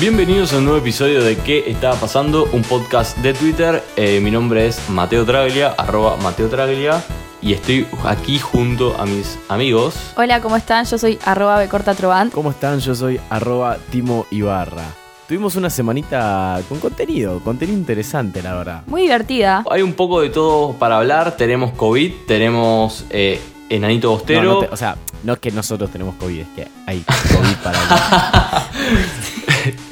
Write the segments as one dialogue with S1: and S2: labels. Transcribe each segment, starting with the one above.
S1: Bienvenidos a un nuevo episodio de ¿Qué estaba pasando? Un podcast de Twitter. Eh, mi nombre es Mateo Traglia, arroba Mateo Traglia, y estoy aquí junto a mis amigos.
S2: Hola, ¿cómo están? Yo soy arroba becortatroban.
S3: ¿Cómo están? Yo soy arroba Timo Ibarra. Tuvimos una semanita con contenido, contenido interesante, la verdad.
S2: Muy divertida.
S1: Hay un poco de todo para hablar. Tenemos COVID, tenemos eh, Enanito Bostero.
S3: No, no te- o sea, no es que nosotros tenemos COVID, es que hay COVID para hablar.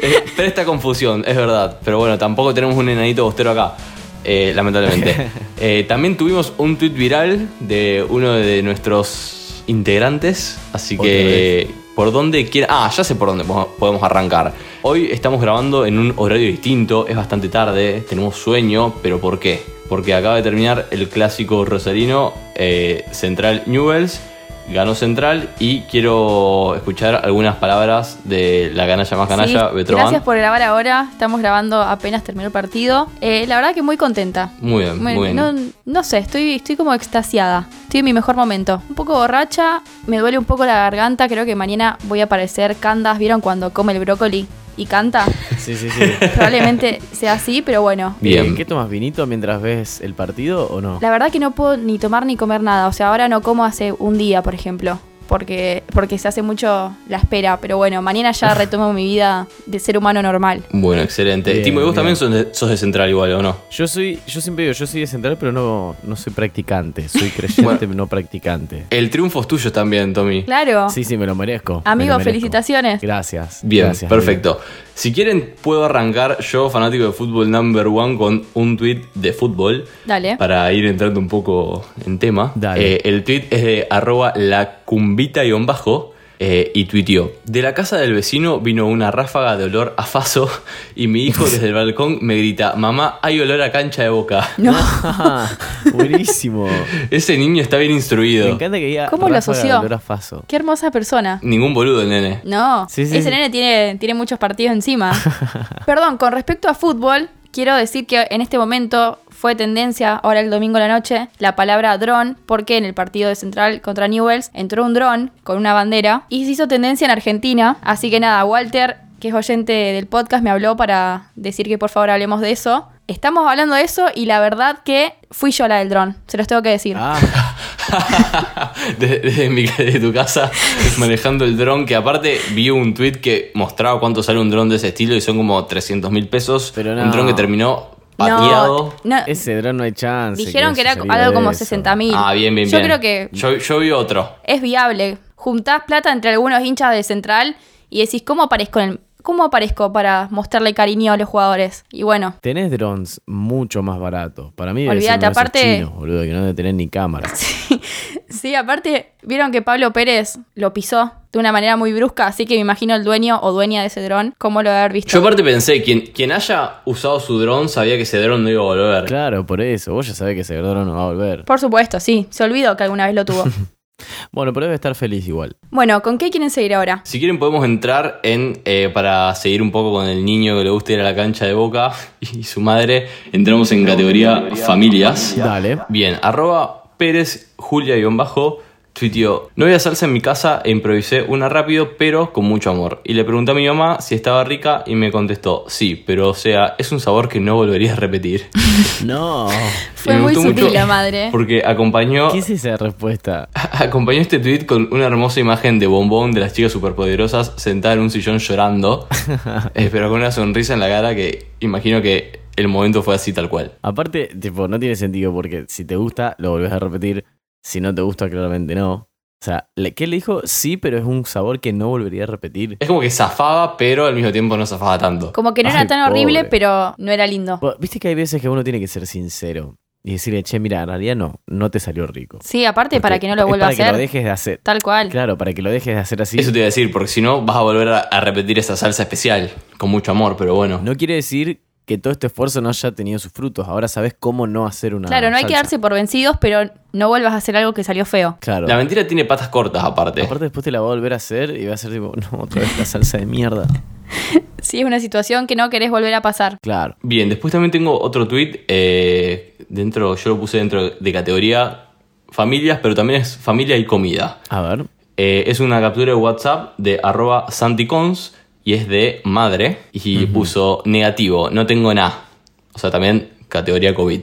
S1: Eh, Presta confusión, es verdad. Pero bueno, tampoco tenemos un enanito bostero acá. eh, lamentablemente. Eh, también tuvimos un tweet viral de uno de nuestros integrantes. Así
S3: Otra
S1: que. Por donde quiera. Ah, ya sé por dónde po- podemos arrancar. Hoy estamos grabando en un horario distinto, es bastante tarde, tenemos sueño, pero ¿por qué? Porque acaba de terminar el clásico rosarino eh, Central Newells, ganó Central y quiero escuchar algunas palabras de la canalla más canalla,
S2: Sí,
S1: Betroban.
S2: gracias por grabar ahora. Estamos grabando apenas terminó el partido. Eh, la verdad que muy contenta.
S1: Muy bien,
S2: Me-
S1: muy bien.
S2: No, no sé, estoy, estoy como extasiada. Estoy en mi mejor momento. Un poco borracha, me duele un poco la garganta. Creo que mañana voy a parecer Candas. ¿Vieron cuando come el brócoli y canta?
S3: Sí, sí, sí.
S2: Probablemente sea así, pero bueno.
S1: Bien.
S3: Eh, ¿Qué tomas vinito mientras ves el partido o no?
S2: La verdad que no puedo ni tomar ni comer nada. O sea, ahora no como hace un día, por ejemplo. Porque, porque se hace mucho la espera. Pero bueno, mañana ya retomo mi vida de ser humano normal.
S1: Bueno, excelente.
S3: Bien,
S1: Timo, ¿y vos
S3: bien.
S1: también sos de, sos de Central igual o no?
S3: Yo soy, yo siempre digo, yo soy de central, pero no, no soy practicante. Soy creyente, no practicante.
S1: El triunfo es tuyo también, Tommy.
S2: Claro.
S3: Sí, sí, me lo merezco. me
S2: Amigo,
S3: lo merezco.
S2: felicitaciones.
S3: Gracias.
S1: Bien,
S3: gracias,
S1: perfecto. Si quieren, puedo arrancar yo, fanático de fútbol number one, con un tweet de fútbol.
S2: Dale.
S1: Para ir entrando un poco en tema.
S3: Dale.
S1: Eh, el tweet es de arroba la cumbita y bajo. eh, y tuiteó, de la casa del vecino vino una ráfaga de olor a faso y mi hijo desde el balcón me grita, mamá, hay olor a cancha de boca.
S2: No.
S3: amigo. Buenísimo. me
S1: Ese niño está bien instruido.
S3: encanta que diga.
S2: ¿Cómo lo
S3: ráfaga de
S2: asoció?
S3: olor a faso.
S2: Qué hermosa persona.
S1: Ningún boludo el nene.
S2: No.
S3: Sí, sí,
S2: Ese
S3: sí.
S2: nene tiene, tiene muchos partidos encima. Perdón, con respecto a fútbol, quiero decir que en este momento fue tendencia, ahora el domingo a la noche, la palabra dron, porque en el partido de Central contra Newells entró un dron con una bandera y se hizo tendencia en Argentina. Así que nada, Walter, que es oyente del podcast, me habló para decir que por favor hablemos de eso. Estamos hablando de eso y la verdad que fui yo la del dron, se los tengo que decir.
S3: Ah,
S1: desde, desde mi- desde tu casa manejando el dron, que aparte vi un tweet que mostraba cuánto sale un dron de ese estilo y son como 300 mil pesos.
S3: Pero
S1: Un
S3: no.
S1: dron que terminó
S2: no,
S1: pateado.
S2: no,
S3: ese dron no hay chance.
S2: dijeron que
S3: haya
S2: era
S3: salido
S2: algo
S3: de
S2: como
S3: eso.
S2: 60 mil.
S1: Ah, bien, bien,
S2: Yo
S1: bien.
S2: creo que
S1: Yo, yo vi otro.
S2: es viable. Juntás plata entre algunos hinchas de Central y decís, ¿cómo aparezco, en el- ¿cómo aparezco para mostrarle cariño a los jugadores? Y bueno,
S3: Tenés drones mucho más baratos. Para mí, debe ser
S2: Olvídate,
S3: uno de esos
S2: aparte-
S3: chinos, boludo, que no debe tener ni cámara.
S2: sí, aparte, vieron que Pablo Pérez lo pisó de una manera muy brusca, así que me imagino el dueño o dueña de ese dron, cómo lo debe haber visto.
S1: Yo aparte pensé, quien, quien haya usado su dron sabía que ese dron no iba a volver.
S3: Claro, por eso. Vos ya sabés que ese dron no va a volver.
S2: Por supuesto, sí, se olvidó que alguna vez lo tuvo.
S3: Bueno, pero debe estar feliz igual.
S2: bueno, ¿con qué quieren seguir ahora?
S1: Si quieren podemos entrar en, eh, para seguir un poco con el niño que le gusta ir a la cancha de Boca y su madre, entramos en categoría familias.
S3: Dale.
S1: Bien, arroba Pérez Julia guión bajo tuiteó, no había salsa en mi casa e improvisé una rápido pero con mucho amor. Y le pregunté a mi mamá si estaba rica y me contestó, sí, pero o sea, es un sabor que no volvería a repetir.
S3: No.
S2: Fue
S1: Y me
S2: muy
S1: gustó
S2: sutil
S1: mucho
S2: la madre.
S1: Porque acompañó,
S3: ¿Qué es esa respuesta?
S1: acompañó este tweet con una hermosa imagen de bombón de las chicas superpoderosas sentada en un sillón llorando, eh, pero con una sonrisa en la cara que imagino que el momento fue así tal cual.
S3: Aparte, tipo, no tiene sentido porque si te gusta, lo volvés a repetir. Si no te gusta, claramente no. O sea, le- ¿qué le dijo? Sí, pero es un sabor que no volvería a repetir.
S1: Es como que zafaba, pero al mismo tiempo no zafaba tanto.
S2: Como que no
S3: Ay,
S2: era tan horrible,
S3: pobre.
S2: pero no era lindo.
S3: Bueno, Viste que hay veces que uno tiene que ser sincero y decirle, che, mira, en realidad no, no te salió rico.
S2: Sí, aparte, Este, para
S3: Porque
S2: que no lo
S3: es
S2: vuelva a
S3: para que lo
S2: hacer,
S3: dejes de hacer.
S2: tal cual.
S3: Claro, para que lo dejes de hacer así.
S1: Eso te iba a decir, porque si no vas a volver a, a repetir esa salsa especial, con mucho amor, pero bueno.
S3: No quiere decir que todo este esfuerzo no haya tenido sus frutos. Ahora sabes cómo no hacer una.
S2: Claro, no hay que
S3: salsa.
S2: darse por vencidos, pero no vuelvas a hacer algo que salió feo.
S3: Claro.
S1: La mentira tiene patas cortas aparte.
S3: Aparte, después te la va a volver a hacer y va a ser tipo, no, otra vez la salsa de mierda.
S2: Si es una situación que no querés volver a pasar.
S3: Claro.
S1: Bien, después también tengo otro tweet. eh, dentro, yo lo puse dentro de categoría familias, pero también es familia y comida.
S3: A ver.
S1: Eh, es una captura de WhatsApp de arroba santicons y es de madre y puso negativo, no tengo nada. O sea, también categoría COVID.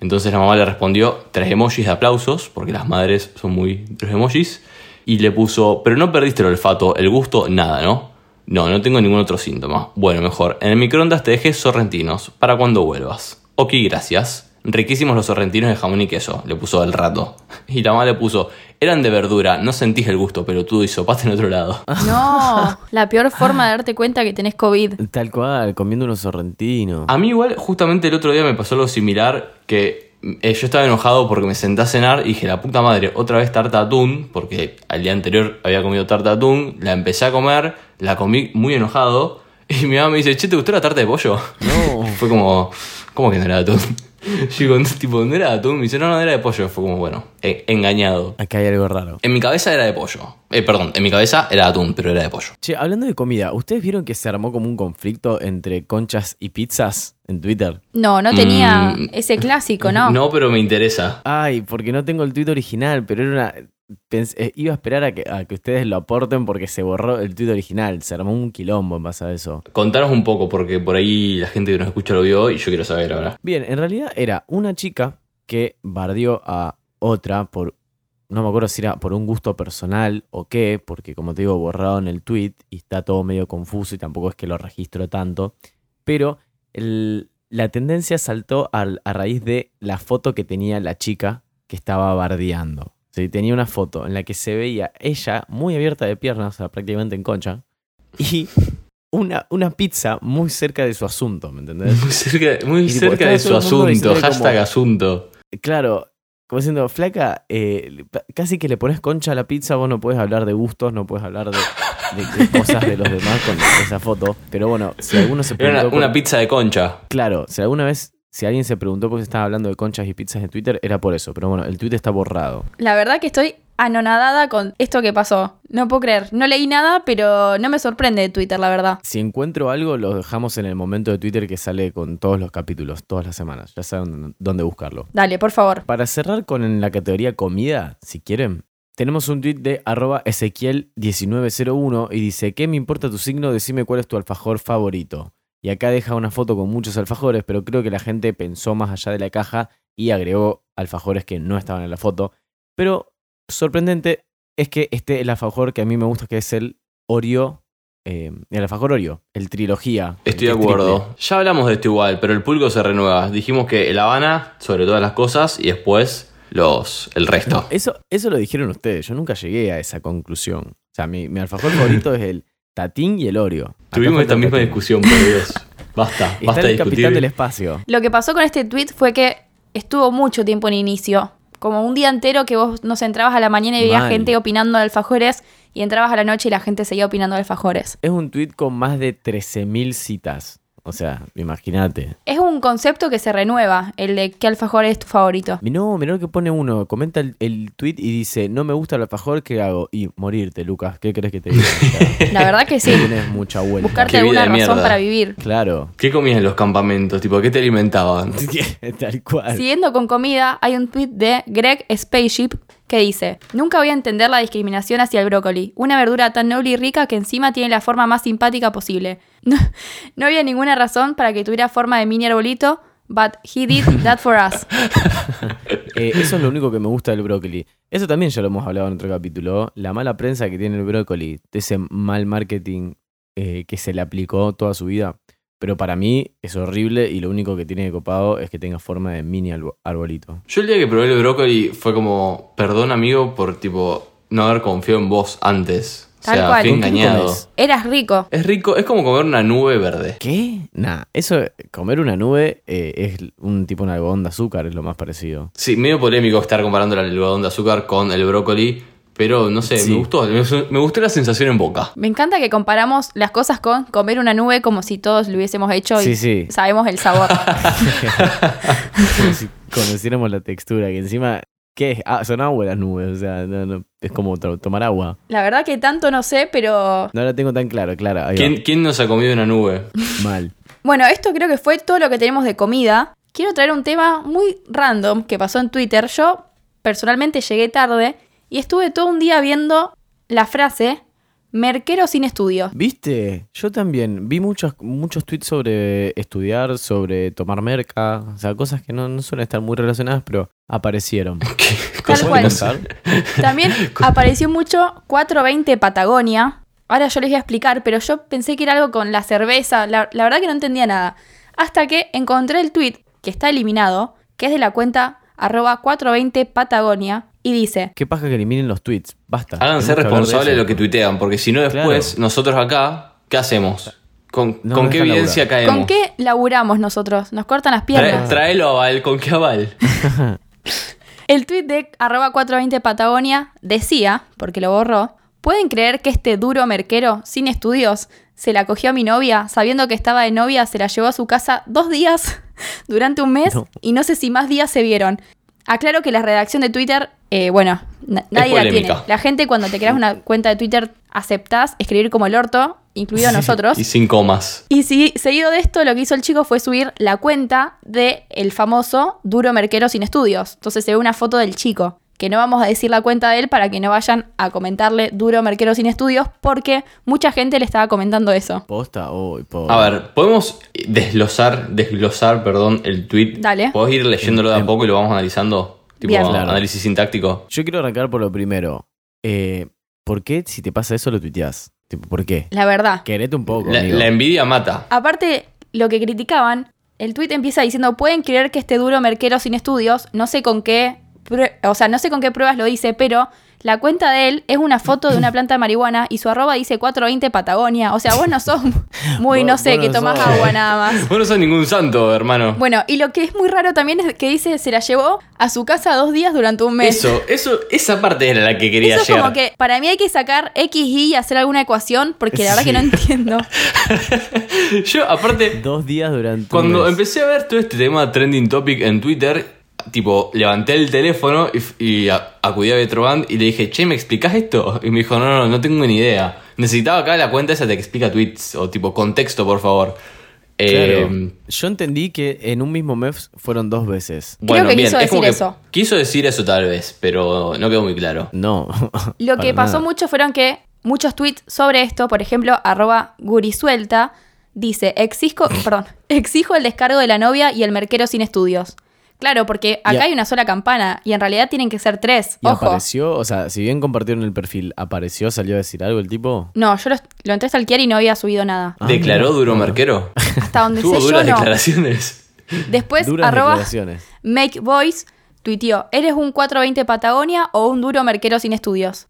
S1: Entonces la mamá le respondió tres emojis de aplausos, porque las madres son muy tres emojis, y le puso, pero no perdiste el olfato, el gusto, nada, ¿no? No, no tengo ningún otro síntoma. Bueno, mejor, en el microondas te dejé sorrentinos, para cuando vuelvas. Ok, gracias. Riquísimos los sorrentinos de jamón y queso, le puso el rato. Y la mamá le puso, eran de verdura, no sentís el gusto, pero tú disopaste en otro lado.
S2: No, la peor forma de darte cuenta que tenés COVID.
S3: Tal cual, comiendo unos sorrentinos.
S1: A mí igual, justamente el otro día me pasó algo similar que eh, yo estaba enojado porque me senté a cenar y dije, la puta madre, otra vez tarta de atún, porque al día anterior había comido tarta de atún, la empecé a comer, la comí muy enojado y mi mamá me dice, che, ¿te gustó la tarta de pollo?
S3: No.
S1: Fue como, ¿cómo que no era de atún? Yo digo, "No, tipo, ¿no era de atún? Me dice, no, no, era de pollo. Fue como, bueno, eh, engañado.
S3: Acá hay algo raro.
S1: En mi cabeza era de pollo. Eh, perdón, en mi cabeza era de atún, pero era de pollo.
S3: Che, hablando de comida, ¿ustedes vieron que se armó como un conflicto entre conchas y pizzas en Twitter?
S2: No, no tenía
S1: Mm.
S2: ese clásico, ¿no?
S1: No, pero me interesa.
S3: Ay, porque no tengo el tweet original, pero era una. pens- eh, iba a esperar a que, a que ustedes lo aporten porque se borró el tweet original. Se armó un quilombo en base a eso.
S1: Contanos un poco, porque por ahí la gente que nos escucha lo vio y yo quiero saber ahora.
S3: Bien, en realidad era una chica que bardió a otra por. No me acuerdo si era por un gusto personal o qué, porque como te digo, borrado en el tweet y está todo medio confuso y tampoco es que lo registro tanto. Pero el- la tendencia saltó al- a raíz de la foto que tenía la chica que estaba bardeando. ¿sí? Tenía una foto en la que se veía ella muy abierta de piernas, o sea, prácticamente en concha, y una, una pizza muy cerca de su asunto, ¿me entendés?
S1: Muy cerca, muy
S3: Y tipo,
S1: cerca de
S3: estaba
S1: su
S3: todo el mundo
S1: asunto,
S3: diciéndole
S1: hashtag
S3: como-
S1: asunto.
S3: Claro, como diciendo, flaca, eh, le- pa- casi que le pones concha a la pizza, vos no puedes hablar de gustos, no puedes hablar de, de- de cosas de los demás con esa foto. Pero bueno, si alguno se
S1: Era
S3: preguntó.
S1: una,
S3: por-
S1: una pizza de concha.
S3: Claro, si alguna vez, si alguien se preguntó por qué se estaba hablando de conchas y pizzas en Twitter, era por eso. Pero bueno, el tweet está borrado.
S2: La verdad que estoy anonadada con esto que pasó. No puedo creer. No leí nada, pero no me sorprende de Twitter, la verdad.
S3: Si encuentro algo, lo dejamos en el momento de Twitter que sale con todos los capítulos, todas las semanas. Ya saben dónde buscarlo.
S2: Dale, por favor.
S3: Para cerrar con la categoría comida, si quieren, tenemos un tweet de arroba Ezequiel1901 y dice, ¿qué me importa tu signo? Decime cuál es tu alfajor favorito. Y acá deja una foto con muchos alfajores, pero creo que la gente pensó más allá de la caja y agregó alfajores que no estaban en la foto. Pero sorprendente es que este el alfajor que a mí me gusta, que es el Oreo, eh, el alfajor Oreo, el trilogía. el
S1: Estoy de
S3: que es triple.
S1: acuerdo. este Ya hablamos de esto igual, pero el pulgo se renueva. Dijimos que el Habana, sobre todas las cosas, y después los el resto.
S3: Eso, eso lo dijeron ustedes. Yo nunca llegué a esa conclusión. O sea, mi, mi alfajor favorito es el tatín y el oreo. Acá
S1: Tuvimos
S3: falta
S1: esta
S3: el
S1: misma
S3: tatín.
S1: discusión, por Dios. Basta,
S3: Está
S1: basta de
S3: el capitán del
S1: discutir.
S3: espacio.
S2: Lo que pasó con este tweet fue que estuvo mucho tiempo en inicio. Como un día entero que vos nos entrabas a la mañana y veías
S3: Mal.
S2: gente opinando de alfajores y entrabas a la noche y la gente seguía opinando de alfajores.
S3: Es un tweet con más de 13.000 citas. O sea, imagínate.
S2: Es un concepto que se renueva, el de qué alfajor es tu favorito.
S3: No, mirá lo que pone uno. Comenta el, el tweet y dice: No me gusta el alfajor, ¿qué hago? Y morirte, Lucas. ¿Qué crees que te diga? O sea,
S2: La verdad que sí.
S3: Tienes mucha vuelta.
S2: Buscarte
S1: Qué vida
S2: alguna
S1: de
S2: razón
S1: mierda.
S2: para vivir.
S3: Claro.
S1: ¿Qué comías en los campamentos? Tipo, ¿qué te alimentaban?
S3: Tal cual.
S2: Siguiendo con comida, hay un tweet de Greg Spaceship que dice: Nunca voy a entender la discriminación hacia el brócoli, una verdura tan noble y rica que encima tiene la forma más simpática posible. No, no había ninguna razón para que tuviera forma de mini arbolito, but he did that for us.
S3: Eh, eso es lo único que me gusta del brócoli. Eso también ya lo hemos hablado en otro capítulo. La mala prensa que tiene el brócoli, ese mal marketing eh, que se le aplicó toda su vida. Pero para mí es horrible y lo único que tiene de copado es que tenga forma de mini albo- arbolito.
S1: Yo el día que probé el brócoli fue como, perdón amigo por tipo no haber confiado en vos antes. O
S2: Tal
S1: sea,
S2: cual.
S1: fui
S2: ¿Con
S3: qué lo
S1: engañado.
S3: comés?
S2: Eras rico.
S1: Es rico, es como comer una nube verde.
S3: ¿Qué? Nah, eso, comer una nube eh, es un tipo un algodón de azúcar, es lo más parecido.
S1: Sí, medio polémico estar comparando el algodón de azúcar con el brócoli, Pero no sé,
S3: Sí.
S1: me gustó. Me, me gustó la sensación en boca.
S2: Me encanta que comparamos las cosas con comer una nube como si todos lo hubiésemos hecho y
S3: Sí, sí.
S2: sabemos el sabor.
S3: Como si conociéramos la textura, que encima, ¿qué es? Ah, son agua las nubes, o sea, no, no, es como to- tomar agua.
S2: La verdad que tanto no sé, pero
S3: No la tengo tan claro, Clara. ahí va.
S1: ¿Quién, ¿Quién nos ha comido una nube?
S3: Mal.
S2: bueno, esto creo que fue todo lo que tenemos de comida. Quiero traer un tema muy random que pasó en Twitter. Yo personalmente llegué tarde y estuve todo un día viendo la frase merquero sin estudios.
S3: ¿Viste? Yo también vi muchos, muchos tweets sobre estudiar, sobre tomar merca, o sea, cosas que no, no suelen estar muy relacionadas, pero aparecieron.
S2: Tal
S1: que
S2: cual.
S1: no sé.
S2: También apareció mucho 420 Patagonia. Ahora yo les voy a explicar, pero yo pensé que era algo con la cerveza. La, la verdad que no entendía nada. Hasta que encontré el tweet que está eliminado, que es de la cuenta arroba 420 Patagonia, y dice,
S3: ¿Qué pasa que eliminen los tweets? Basta.
S1: Háganse
S3: tenemos que hablar
S1: responsables de
S3: eso.
S1: lo que tuitean, porque si no después,
S3: Claro.
S1: nosotros acá, ¿qué hacemos? ¿Con,
S3: No
S1: con
S3: nos
S1: qué
S3: dejan
S1: evidencia caemos?
S2: ¿con qué laburamos nosotros? Nos cortan las
S1: Trae-
S2: piernas.
S1: traelo a Val, ¿con qué aval?
S2: El tweet de arroba 420 Patagonia decía, porque lo borró, ¿pueden creer que este duro merquero, sin estudios, se la cogió a mi novia, sabiendo que estaba de novia, se la llevó a su casa dos días durante un mes
S3: No.
S2: y no sé si más días se vieron? Aclaro que la redacción de Twitter, eh, bueno, na- nadie la
S1: polémica.
S2: tiene. La gente cuando te creas una cuenta de Twitter aceptás escribir como el orto, incluido nosotros.
S1: Y sin comas.
S2: Y si, seguido de esto, lo que hizo el chico fue subir la cuenta de el famoso Duro Merquero sin estudios. Entonces se ve una foto del chico, que no vamos a decir la cuenta de él para que no vayan a comentarle Duro Merquero sin estudios, porque mucha gente le estaba comentando eso.
S3: Posta, uy, pobre.
S1: A ver, podemos desglosar, desglosar, perdón, el tweet.
S2: Dale.
S1: ¿Podés ir leyéndolo de a poco y lo vamos analizando? Tipo
S2: Bien.
S3: Claro.
S1: análisis sintáctico.
S3: Yo quiero arrancar por lo primero. Eh, ¿Por qué si te pasa eso lo tuiteás? Tipo, ¿por qué?
S2: La verdad.
S3: Querete un poco,
S1: La,
S3: amigo.
S1: la em- envidia mata.
S2: Aparte, lo que criticaban, el tuit empieza diciendo, pueden creer que este duro merquero sin estudios, no sé con qué, prue- o sea, no sé con qué pruebas lo hice, pero la cuenta de él es una foto de una planta de marihuana y su arroba dice 420 Patagonia. O sea, vos no sos muy,
S3: Vos-
S2: no sé,
S3: vos
S2: que
S3: no
S2: tomás
S3: sos.
S2: agua nada más.
S1: Vos no sos ningún santo, hermano.
S2: Bueno, y lo que es muy raro también es que dice, se la llevó a su casa dos días durante un mes.
S1: eso, eso, esa parte era la que quería
S2: Eso es
S1: llegar.
S2: como que para mí hay que sacar X, Y y hacer alguna ecuación, porque la verdad que no entiendo.
S1: Yo, aparte,
S3: Dos días durante.
S1: Cuando
S3: un mes.
S1: empecé a ver todo este tema trending topic en Twitter, tipo, levanté el teléfono y, f- y a- acudí a Betroband y le dije, che, ¿me explicás esto? Y me dijo, no, no, no tengo ni idea. Necesitaba acá la cuenta esa te que explica tweets o tipo contexto, por favor. Eh,
S3: Claro. Yo entendí que en un mismo mes fueron dos veces.
S1: bueno,
S2: Creo que
S1: bien,
S2: quiso
S1: es como
S2: decir
S1: que
S2: eso.
S1: Quiso decir eso tal vez, pero no quedó muy claro.
S3: No.
S2: Lo que
S3: para
S2: pasó
S3: nada.
S2: mucho fueron que muchos tweets sobre esto, por ejemplo, arroba gurisuelta, dice, exijo, perdón, exijo el descargo de la novia y el merquero sin estudios. Claro, porque acá
S3: Y a-
S2: hay una sola campana y en realidad tienen que ser tres.
S3: Y
S2: Ojo.
S3: apareció, o sea, si bien compartieron el perfil, apareció, salió a decir algo el tipo.
S2: No, yo lo, lo entré a stalkear y no había subido nada.
S3: Ah,
S1: ¿Declaró
S3: mira.
S1: duro marquero?
S2: Hasta donde sé
S1: Tuvo
S2: yo
S1: duras
S2: no.
S1: declaraciones.
S2: Después,
S3: Duras
S2: Pues, arroba
S3: declaraciones.
S2: Make Voice tuiteó, ¿eres un 420 Patagonia o un duro merquero sin estudios?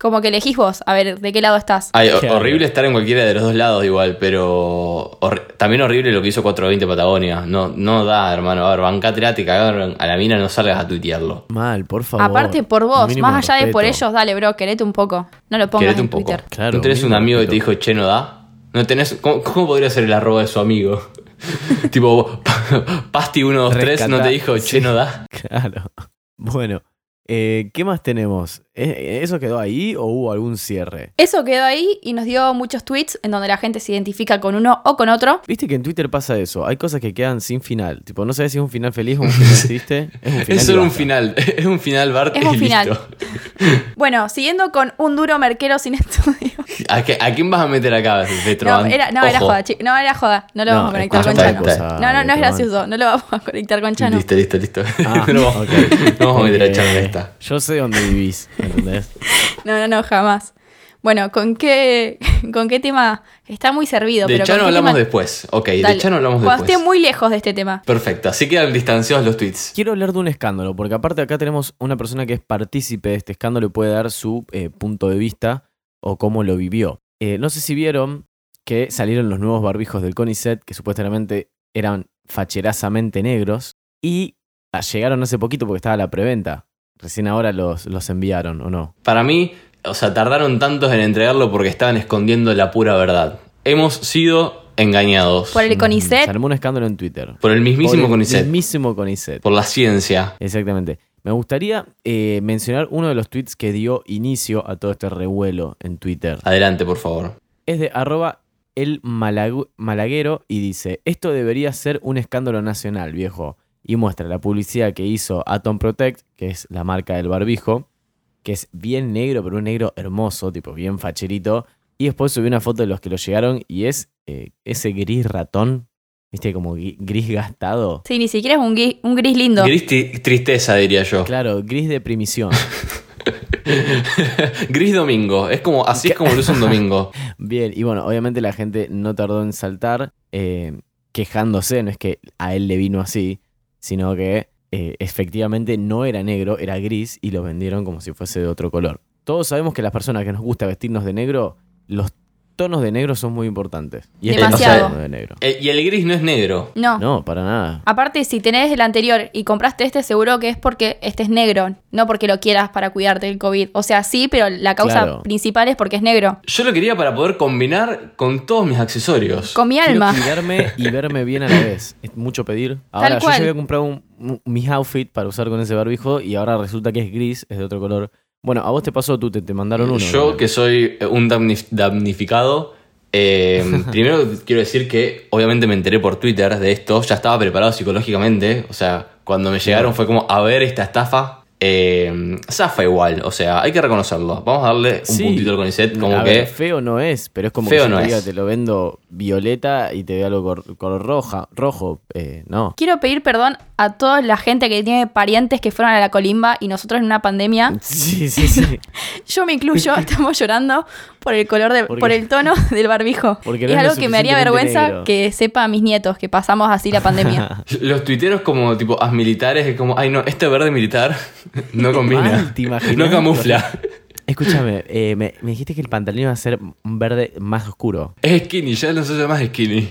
S2: Como que elegís vos, a ver, ¿de qué lado estás?
S1: Ay, ho-
S3: Claro.
S1: horrible estar en cualquiera de los dos lados igual, pero hor- también horrible lo que hizo 420 Patagonia. No, no da, hermano. A ver, bancatela, te cagaron a la mina, no salgas a tuitearlo.
S3: Mal, por favor.
S2: Aparte por vos,
S3: Mínimo
S2: más allá de por
S3: respeto.
S2: ellos, dale, bro, querete un poco. No lo pongas
S1: Quédate un
S2: en
S1: poco.
S2: Twitter.
S3: Claro,
S1: ¿No tenés un
S3: mínimo
S1: amigo que te
S3: respeto.
S1: dijo, che, no da? ¿No tenés, ¿cómo, cómo podría ser el arroba de su amigo? tipo, Pasti123 no
S3: Rescatá.
S1: te dijo, che, no da.
S3: Claro. Bueno, eh, ¿qué más tenemos? ¿E- ¿Eso quedó ahí o hubo algún cierre?
S2: Eso quedó ahí y nos dio muchos tweets en donde la gente se identifica con uno o con otro.
S3: Viste que en Twitter pasa eso. Hay cosas que quedan sin final. Tipo, no sabes si es un final feliz o un final triste. Es un final.
S1: Es
S3: y
S1: solo un
S3: basta.
S1: final, es un final, Bart,
S2: Es un
S1: y
S2: final.
S1: listo.
S2: Bueno, siguiendo con un duro merquero sin estudio.
S1: ¿A, qué- a quién vas a meter acá,
S2: No,
S1: Petroban?
S2: era, no, era
S1: Ojo.
S2: joda, chi- No, era joda. No lo
S3: No,
S2: vamos a conectar con
S3: escuchame
S1: escucha, Chano.
S2: Chano.
S3: una cosa,
S2: No, no, no es
S3: Beto,
S2: gracioso. No lo vamos a conectar con Chano.
S1: Listo, listo, listo.
S3: Ah,
S1: no, vamos-
S3: ok.
S1: no vamos a meter a
S3: Porque
S1: Chan en esta.
S3: Yo sé dónde vivís, ¿entendés?
S2: No, no, no, jamás. Bueno, ¿con qué, con qué tema? Está muy servido.
S1: De
S2: pero
S1: Chano
S2: ¿con qué
S1: hablamos
S2: tema?
S1: después. Ok,
S2: Dale.
S1: de Chano hablamos
S2: Cuando
S1: después.
S2: esté muy lejos de este tema.
S1: Perfecto, así quedan distanciados los tweets.
S3: Quiero hablar de un escándalo, porque aparte acá tenemos una persona que es partícipe de este escándalo y puede dar su eh, punto de vista o cómo lo vivió. Eh, no sé si vieron que salieron los nuevos barbijos del CONICET, que supuestamente eran facherasamente negros, y ah, llegaron hace poquito porque estaba la preventa. Recién ahora los, los enviaron, ¿o no?
S1: Para mí, o sea, tardaron tantos en entregarlo porque estaban escondiendo la pura verdad. Hemos sido engañados
S2: Por el
S3: Se
S2: CONICET,
S3: armó un escándalo en Twitter.
S1: por el mismísimo
S3: Por el
S1: CONICET,
S3: mismísimo Conicet.
S1: por la ciencia.
S3: Exactamente. Me gustaría eh, mencionar uno de los tweets que dio inicio a todo este revuelo en Twitter.
S1: Adelante, por favor.
S3: Es de arroba el malagu- malaguero y dice, esto debería ser un escándalo nacional, viejo. Y muestra la publicidad que hizo Atom Protect, que es la marca del barbijo, que es bien negro, pero un negro hermoso, tipo bien facherito. Y después subió una foto de los que lo llegaron y es eh, ese gris ratón, viste, como gui- gris gastado.
S2: Sí, ni siquiera es un gui- un gris lindo.
S1: Gris ti- tristeza, diría yo.
S3: Claro, gris de primisión.
S1: Gris domingo. Es como, así es como lo usa un domingo.
S3: Bien, y bueno, obviamente la gente no tardó en saltar eh, quejándose, no es que a él le vino así, sino que eh, efectivamente no era negro, era gris y lo vendieron como si fuese de otro color. Todos sabemos que las personas que nos gusta vestirnos de negro, los tonos de negro son muy importantes. Y este no es
S1: Demasiado.
S3: un tono de negro.
S1: Eh, y el gris no es negro.
S2: No.
S3: No, para nada.
S2: Aparte, si tenés el anterior y compraste este, seguro que es porque este es negro, no porque lo quieras para cuidarte del COVID. O sea, sí, pero la causa
S3: Claro.
S2: principal es porque es negro.
S1: Yo lo quería para poder combinar con todos mis accesorios.
S2: Con mi
S3: Quiero
S2: alma.
S3: cuidarme y verme bien a la vez. Es mucho pedir. Ahora, yo ya
S2: cual.
S3: había comprado un, un- mis outfit para usar con ese barbijo y ahora resulta que es gris, es de otro color. Bueno, a vos te pasó, tú te, te mandaron uno.
S1: Yo,
S3: ¿no?
S1: que soy eh, un damni- damnificado, eh, primero quiero decir que obviamente me enteré por Twitter de esto, ya estaba preparado psicológicamente, o sea, cuando me llegaron fue como, a ver esta estafa. eh, zafa igual, o sea, hay que reconocerlo. Vamos a darle un
S3: Sí.
S1: puntito al Conicet, como
S3: A
S1: que
S3: ver, feo no es, pero es como
S1: Feo
S3: que yo
S1: no
S3: te diga,
S1: es.
S3: te lo vendo violeta y te veo algo cor- color roja, rojo, eh, no.
S2: Quiero pedir perdón a toda la gente que tiene parientes que fueron a la colimba y nosotros en una pandemia,
S3: Sí, sí, sí.
S2: yo me incluyo, estamos llorando por el color de,
S3: Porque-
S2: por el tono del barbijo.
S3: Porque no
S2: es
S3: es lo
S2: algo que me haría
S3: suficientemente
S2: vergüenza
S3: negro.
S2: que sepa a mis nietos que pasamos así la pandemia.
S1: los tuiteros, como tipo, as militares, es como, ay no, este verde militar no combina,
S3: Mal, ¿te imaginas?
S1: no camufla,
S3: Escúchame, eh, me, me dijiste que el pantalón iba a ser un verde más oscuro.
S1: es skinny, ya no se llama más skinny.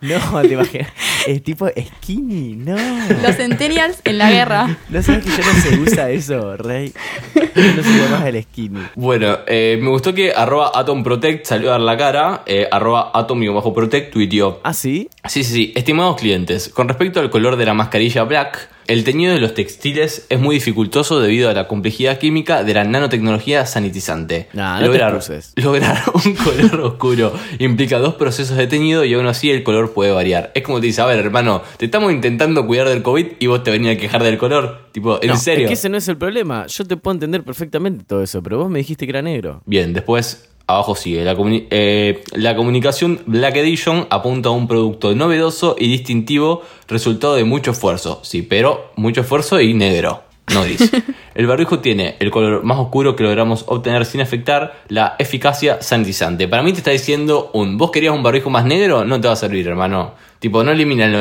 S3: no, te imaginas. Es tipo skinny, no.
S2: Los centennials en la guerra.
S3: No sabes que ya no se usa eso, Rey. Ya No se usa más el skinny.
S1: Bueno, eh, me gustó que arroba Atom Protect salió a dar la cara, eh, arroba Atom y bajo Protect tuiteó.
S3: Ah, sí.
S1: Sí, sí, sí, estimados clientes, con respecto al color de la mascarilla black, el teñido de los textiles es muy dificultoso debido a la complejidad química de la nanotecnología sanitizante.
S3: Nah, no te
S1: lograr,
S3: excuses.
S1: lograr un color oscuro implica dos procesos de teñido y aún así el color puede variar. Es como te dice, a ver hermano, te estamos intentando cuidar del COVID y vos te venís a quejar del color. Tipo, ¿en
S3: No,
S1: serio?
S3: Es que ese no es el problema. Yo te puedo entender perfectamente todo eso, pero vos me dijiste que era negro.
S1: Bien, después abajo sigue. La, comuni- eh, la comunicación Black Edition apunta a un producto novedoso y distintivo, resultado de mucho esfuerzo. Sí, pero mucho esfuerzo y negro, no gris. el barbijo tiene el color más oscuro que logramos obtener sin afectar la eficacia sanitizante. Para mí te está diciendo un, vos querías un barbijo más negro, no te va a servir, hermano. Tipo, no elimina el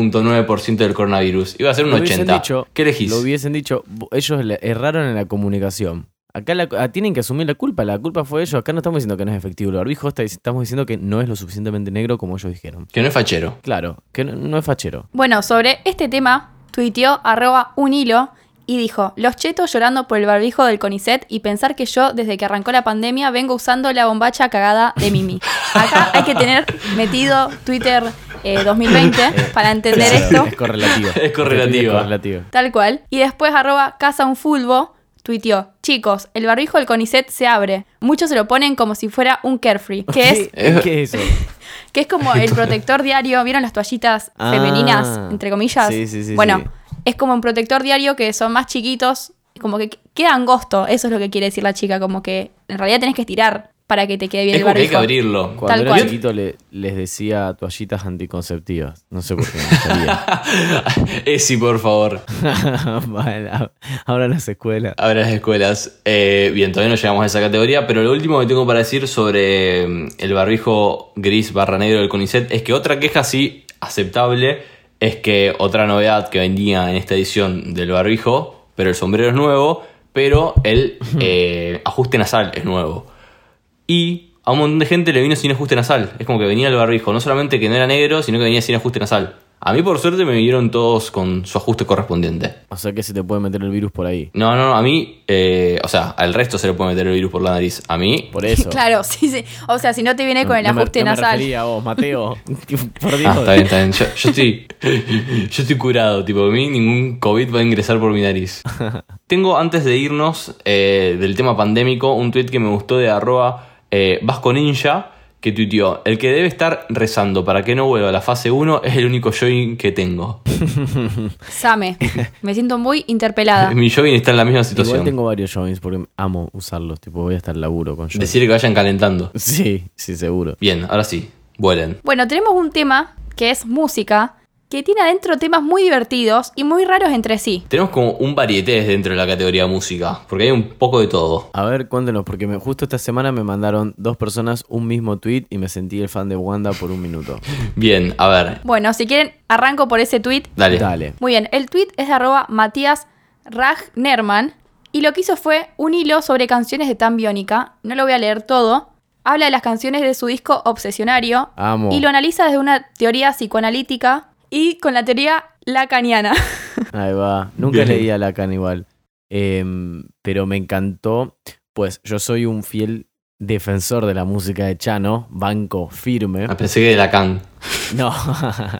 S1: 99.9% del coronavirus. Iba a ser un
S3: Lo hubiesen
S1: 80.
S3: dicho-
S1: ¿Qué elegís?
S3: Lo hubiesen dicho, bo- ellos le- erraron en la comunicación. Acá la- ah, tienen que asumir la culpa, la culpa fue ellos. Acá no estamos diciendo que no es efectivo el barbijo, está- estamos diciendo que no es lo suficientemente negro como ellos dijeron.
S1: Que no es fachero.
S3: Claro, que no, no es fachero.
S2: Bueno, sobre este tema, tuiteó arroba un hilo y dijo, los chetos llorando por el barbijo del CONICET y pensar que yo, desde que arrancó la pandemia, vengo usando la bombacha cagada de Mimi. Acá hay que tener metido Twitter eh, 2020 para entender
S3: Claro,
S2: esto,
S3: Es correlativo.
S1: Es correlativo.
S3: Es correlativo.
S2: tal cual. Y después arroba casa un fulbo, tuiteó, chicos, el barbijo del CONICET se abre. Muchos se lo ponen como si fuera un carefree, que es
S3: ¿Qué, qué es eso?
S2: que es como el protector diario. ¿Vieron las toallitas
S3: Ah,
S2: femeninas, entre comillas?
S3: sí, sí, sí,
S2: Bueno,
S3: sí.
S2: es como un protector diario que son más chiquitos, como que qu- queda angosto. Eso es lo que quiere decir la chica, como que en realidad tenés que estirar para que te quede bien
S1: Es
S2: el
S1: como que hay
S2: barbijo.
S1: que abrirlo.
S3: Cuando era
S2: cual.
S3: chiquito le- les decía toallitas anticonceptivas. No sé por qué. me salía.
S1: Esi, por favor.
S3: Bueno, ahora en las escuelas.
S1: Ahora las escuelas. Eh, bien, todavía no llegamos a esa categoría, pero lo último que tengo para decir sobre mm, el barbijo gris barra negro del CONICET es que otra queja sí aceptable es que otra novedad que venía en esta edición del barbijo, pero el sombrero es nuevo, pero el eh, ajuste nasal es nuevo. Y a un montón de gente le vino sin ajuste nasal. Es como que venía el barbijo, no solamente que no era negro, sino que venía sin ajuste nasal. A mí, por suerte, me vinieron todos con su ajuste correspondiente.
S3: O sea que se te puede meter el virus por ahí.
S1: No, no, no, a mí, eh, o sea, al resto se le puede meter el virus por la nariz. A mí,
S3: Por eso.
S2: Claro, sí, sí. O sea, si no te viene con el
S3: No me-
S2: ajuste
S3: no me
S2: nasal.
S3: refería a vos, Mateo. por Dios.
S1: Ah, está bien, está bien. Yo, yo estoy, yo estoy curado, tipo, a mí ningún COVID va a ingresar por mi nariz. Tengo, antes de irnos eh, del tema pandémico, un tweet que me gustó de arroba eh, Vasco Ninja, que tuiteó, el que debe estar rezando para que no vuelva a la fase 1 es el único join que tengo.
S2: Same. Me siento muy interpelada.
S1: Mi join está en la misma situación.
S3: Igual tengo varios joints porque amo usarlos. Tipo, voy hasta el laburo con joints.
S1: Decir que vayan calentando.
S3: Sí, sí, seguro.
S1: Bien, ahora sí, vuelen.
S2: Bueno, tenemos un tema que es música, que tiene adentro temas muy divertidos y muy raros entre sí.
S1: Tenemos como un varietés dentro de la categoría música, porque hay un poco de todo.
S3: A ver, cuéntenos, porque me- justo esta semana me mandaron dos personas un mismo tweet y me sentí el fan de Wanda por un minuto.
S1: Bien, a ver,
S2: Bueno, si quieren, arranco por ese tweet.
S1: dale.
S3: Dale.
S2: Muy bien, el tweet es de arroba Matías Ragnerman y lo que hizo fue un hilo sobre canciones de Tan Biónica. No lo voy a leer todo. Habla de las canciones de su disco Obsesionario
S3: Amo.
S2: y lo analiza desde una teoría psicoanalítica y con la teoría lacaniana.
S3: Ahí va. Nunca
S1: Bien.
S3: leí a Lacan igual. Em, pero me encantó. Pues yo soy un fiel defensor de la música de Chano, banco firme.
S1: Ah, pensé que de Lacan.
S3: No.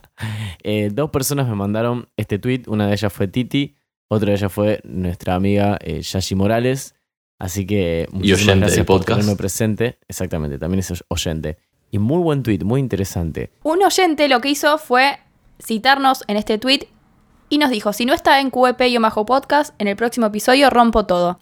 S3: Eh, dos personas me mandaron este tweet. Una de ellas fue Titi, otra de ellas fue nuestra amiga eh, Yashi Morales. Así que eh, muchísimas
S1: oyente
S3: gracias
S1: del
S3: por
S1: podcast.
S3: tenerme presente. Exactamente, también es oyente. Y muy buen tweet, muy interesante.
S2: Un oyente lo que hizo fue citarnos en este tweet y nos dijo, si no está en QEP y Omajo Podcast, en el próximo episodio rompo todo.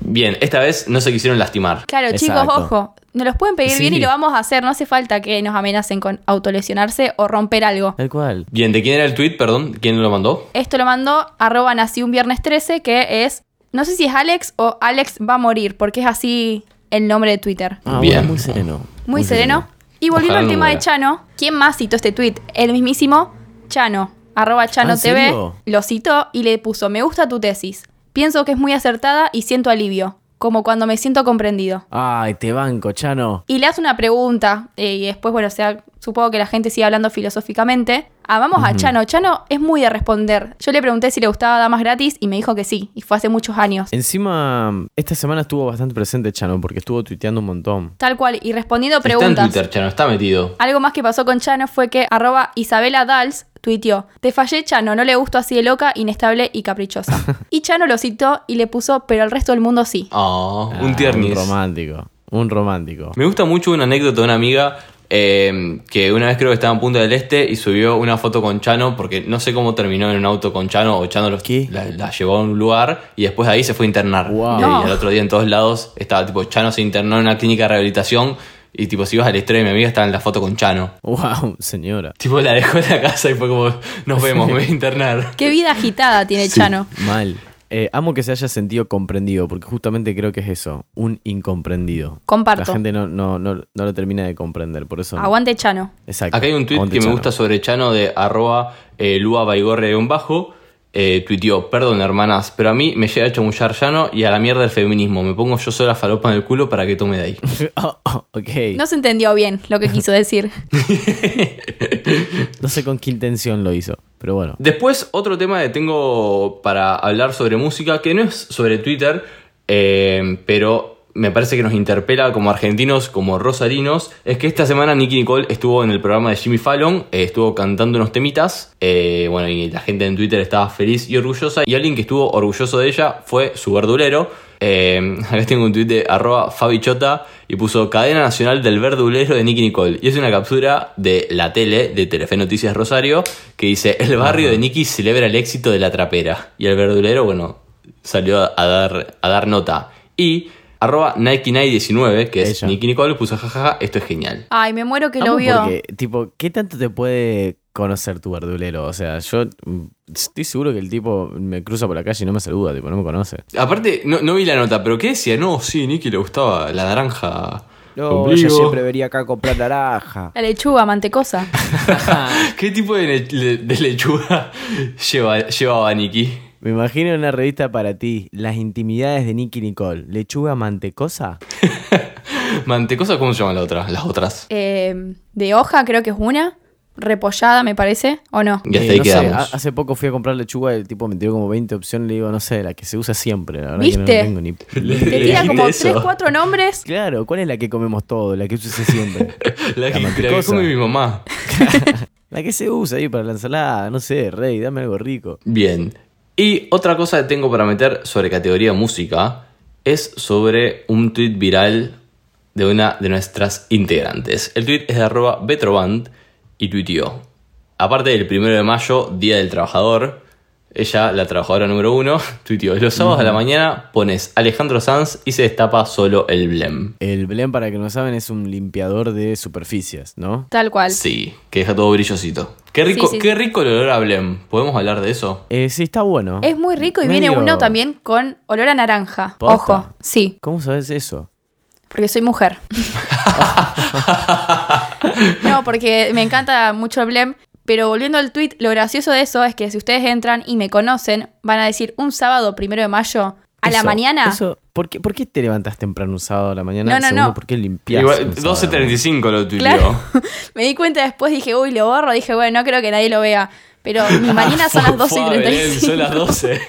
S1: Bien, esta vez no se quisieron lastimar.
S2: Claro,
S3: Exacto.
S2: chicos, ojo, nos los pueden pedir
S3: Sí.
S2: bien y lo vamos a hacer, no hace falta que nos amenacen con autolesionarse o romper algo.
S3: Tal cual.
S1: Bien, ¿de quién era el tweet? Perdón, ¿quién lo mandó?
S2: Esto lo mandó arroba nací un viernes 13, que es, no sé si es Alex o Alex va a morir, porque es así el nombre de Twitter.
S3: Ah,
S1: Bien.
S3: bueno, muy sereno.
S2: Muy, sereno. Y volviendo
S1: Ojalá
S2: al
S1: no
S2: tema de
S1: muera.
S2: Chano, ¿quién más citó este tweet? El mismísimo Chano, arroba Chano
S3: ¿en
S2: TV,
S3: serio?
S2: lo citó y le puso, me gusta tu tesis, pienso que es muy acertada y siento alivio, como cuando me siento comprendido.
S3: Ay, te banco, Chano.
S2: Y le hace una pregunta, eh, y después, bueno, o sea, supongo que la gente sigue hablando filosóficamente. Amamos a Chano. Chano es muy de responder. Yo le pregunté si le gustaba Damas Gratis y me dijo que sí, y fue hace muchos años.
S3: Encima, esta semana estuvo bastante presente Chano porque estuvo tuiteando un montón.
S2: Tal cual, y respondiendo
S1: Está en
S2: preguntas.
S1: Twitter, Chano, está metido.
S2: Algo más que pasó con Chano fue que arroba Isabela Dals tuiteó, te fallé Chano, no le gusto así de loca, inestable y caprichosa. y Chano lo citó y le puso, pero al resto del mundo sí.
S1: Oh, un
S3: Ah,
S1: tiernis.
S3: Un romántico. Un romántico.
S1: Me gusta mucho una anécdota de una amiga eh, que una vez creo que estaba en Punta del Este y subió una foto con Chano porque no sé cómo terminó en un auto con Chano o Chano los,
S3: ¿Qué?
S1: La, la llevó a un lugar y después de ahí se fue a internar.
S3: Wow.
S1: Y,
S2: No.
S1: al otro día en todos lados estaba tipo Chano se internó en una clínica de rehabilitación y tipo si ibas a la historia de mi amiga estaba en la foto con Chano.
S3: Wow, señora.
S1: Tipo la dejó en la casa y fue como nos vemos, me voy a internar.
S2: Qué vida agitada tiene Chano.
S3: Mal. Eh, amo que se haya sentido comprendido, porque justamente creo que es eso, un incomprendido.
S2: Comparto.
S3: La gente no, no, no, no lo termina de comprender, por eso...
S2: Aguante Chano.
S3: Exacto.
S1: Acá hay un tweet
S3: Aguante,
S1: que me
S3: Chano.
S1: gusta sobre Chano de arroba eh, Lua Baigorre de un bajo. Eh, tuiteó, perdón hermanas, pero a mí me llega a chamullar llano y a la mierda el feminismo. Me pongo yo sola falopa en el culo para que tome de ahí.
S3: Oh, oh, ok. No.
S2: No se entendió bien lo que quiso decir.
S3: sé con qué intención lo hizo, pero bueno.
S1: Después, otro tema que tengo para hablar sobre música, que no es sobre Twitter, eh, pero me parece que nos interpela como argentinos, como rosarinos, es que esta semana Nicky Nicole estuvo en el programa de Jimmy Fallon, eh, estuvo cantando unos temitas, eh, bueno, y la gente en Twitter estaba feliz y orgullosa, y alguien que estuvo orgulloso de ella fue su verdulero. Eh, acá tengo un tweet de arroba Fabi Chota y puso Cadena Nacional del Verdulero de Nicky Nicole. Y es una captura de la tele, de Telefe Noticias Rosario, que dice: El barrio de Nicky celebra el éxito de la trapera. Y el verdulero, bueno, salió a, a dar, a dar nota. Y arroba Nike 19 que es
S3: Ella.
S1: Nicky Nicole, puso jajaja, esto es genial.
S2: Ay, me muero que lo
S3: Amo
S2: vio.
S3: Porque, tipo, ¿qué tanto te puede conocer tu verdulero? O sea, yo mm, estoy seguro que el tipo me cruza por la calle y no me saluda, tipo, no me conoce.
S1: Aparte, no, no vi la nota, pero ¿qué decía? No, sí, Nicky le gustaba la naranja.
S4: No,
S1: ombligo.
S4: ella siempre venía acá a comprar naranja.
S2: La lechuga, mantecosa.
S1: ¿Qué tipo de, le- de lechuga lleva, llevaba Nicky?
S3: Me imagino una revista para ti, Las intimidades de Nicky Nicole, lechuga mantecosa.
S1: Mantecosa, ¿cómo se llama la otra? Las otras.
S2: Eh, de hoja creo que es una. repollada, me parece, ¿o no?
S1: Y hasta
S3: Eh,
S1: ahí
S3: no sé,
S1: quedamos.
S3: ha- hace poco fui a comprar lechuga y el tipo me tiró como 20 opciones. Le digo, no sé, la que se usa siempre. La verdad que no
S2: ¿Viste?
S3: tengo ni.
S1: Le
S2: Te tira
S1: dijiste
S2: como
S1: eso.
S2: tres, cuatro nombres.
S3: Claro, ¿cuál es la que comemos todos? La que se usa siempre.
S1: La que, la que
S3: mantecosa.
S1: come mi mamá.
S3: la que se usa ahí para la ensalada. No sé, rey, dame algo rico.
S1: Bien. Y otra cosa que tengo para meter sobre categoría música es sobre un tweet viral de una de nuestras integrantes. El tweet es de arroba Betroband y tuiteó. Aparte del primero de mayo, Día del Trabajador, ella, la trabajadora número uno, tuiteó. Los sábados a la mañana pones Alejandro Sanz y se destapa solo el blem.
S3: El blem, para que no saben, es un limpiador de superficies, ¿no?
S2: Tal cual.
S1: Sí, que deja todo brillosito. Qué rico,
S2: Sí, sí,
S1: qué
S2: sí.
S1: rico el olor a blem. ¿Podemos hablar de eso?
S3: Eh, sí, está bueno.
S2: Es muy rico y
S3: Medio-
S2: viene uno también con olor a naranja.
S3: ¿Posta?
S2: Ojo, sí,
S3: ¿Cómo sabes eso?
S2: porque soy mujer. no, porque me encanta mucho el blem. Pero volviendo al tweet, lo gracioso de eso es que si ustedes entran y me conocen, van a decir un sábado primero de mayo a la
S3: Eso,
S2: mañana.
S3: Eso, ¿por, qué, por qué te levantás temprano un sábado a la mañana?
S2: No, no,
S3: Segundo,
S2: no.
S3: ¿por qué limpiás?
S1: Igual,
S3: un sábado a la mañana?
S1: 12.35 lo tuiteó.
S2: Claro. me di cuenta después, dije, uy, lo borro. Dije, bueno, no creo que nadie lo vea. Pero mi mañana son las 12 y
S1: Fua, Belén,
S2: 35.
S1: Son las 12.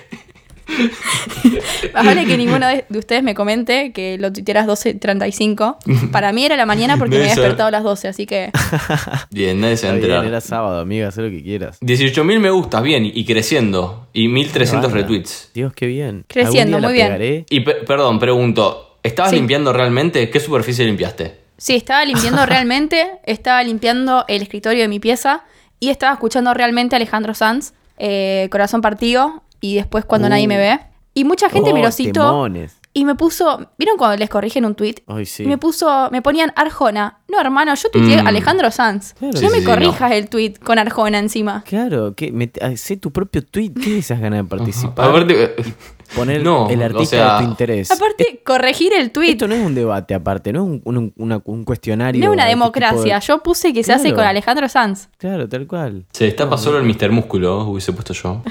S2: Más vale que ninguno de de ustedes me comente que lo tuitearas 12.35. Para mí era la mañana porque me
S1: Debe
S2: había
S1: ser.
S2: despertado a las 12, así que
S1: Bien, nadie se va
S3: Está
S1: a
S3: bien,
S1: enterar.
S3: era sábado, amiga, haz lo que quieras.
S1: 18.000 me gustas, bien, y creciendo. Y 1.300
S3: Banda.
S1: retweets.
S3: Dios, qué bien.
S2: Creciendo,
S3: Algún día la
S2: muy bien.
S3: pegaré.
S1: Y pe- perdón, pregunto, ¿estabas
S2: Sí.
S1: limpiando realmente? ¿Qué superficie limpiaste?
S2: sí, estaba limpiando realmente, estaba limpiando el escritorio de mi pieza y estaba escuchando realmente a Alejandro Sanz, eh, Corazón Partido, y después cuando
S3: Uh.
S2: nadie me ve. Y mucha gente me
S3: Oh,
S2: lo citó
S3: temones.
S2: y me puso, ¿vieron cuando les corrigen un tweet?
S3: Ay, sí.
S2: Y me puso, me ponían Arjona. No, hermano, yo tuiteé
S1: Mm.
S2: Alejandro Sanz.
S3: Claro.
S2: no
S3: Sí,
S2: me
S1: sí, sí,
S2: corrijas el tweet con Arjona encima.
S3: Claro, que me, hacé tu propio tweet. ¿Qué esas ganas de participar?
S1: Aparte, eh,
S3: Poner
S1: no,
S3: el
S1: o
S3: artista
S1: sea,
S3: de tu interés.
S2: Aparte, corregir el tweet.
S3: Esto no es un debate aparte, no es un, un- una- un cuestionario.
S2: No es una
S3: de qué
S2: democracia.
S3: tipo
S2: Yo puse que se hace
S3: Claro.
S2: con Alejandro Sanz.
S3: de- Claro, tal cual.
S1: se destapa solo el Mr. Músculo, hubiese puesto yo.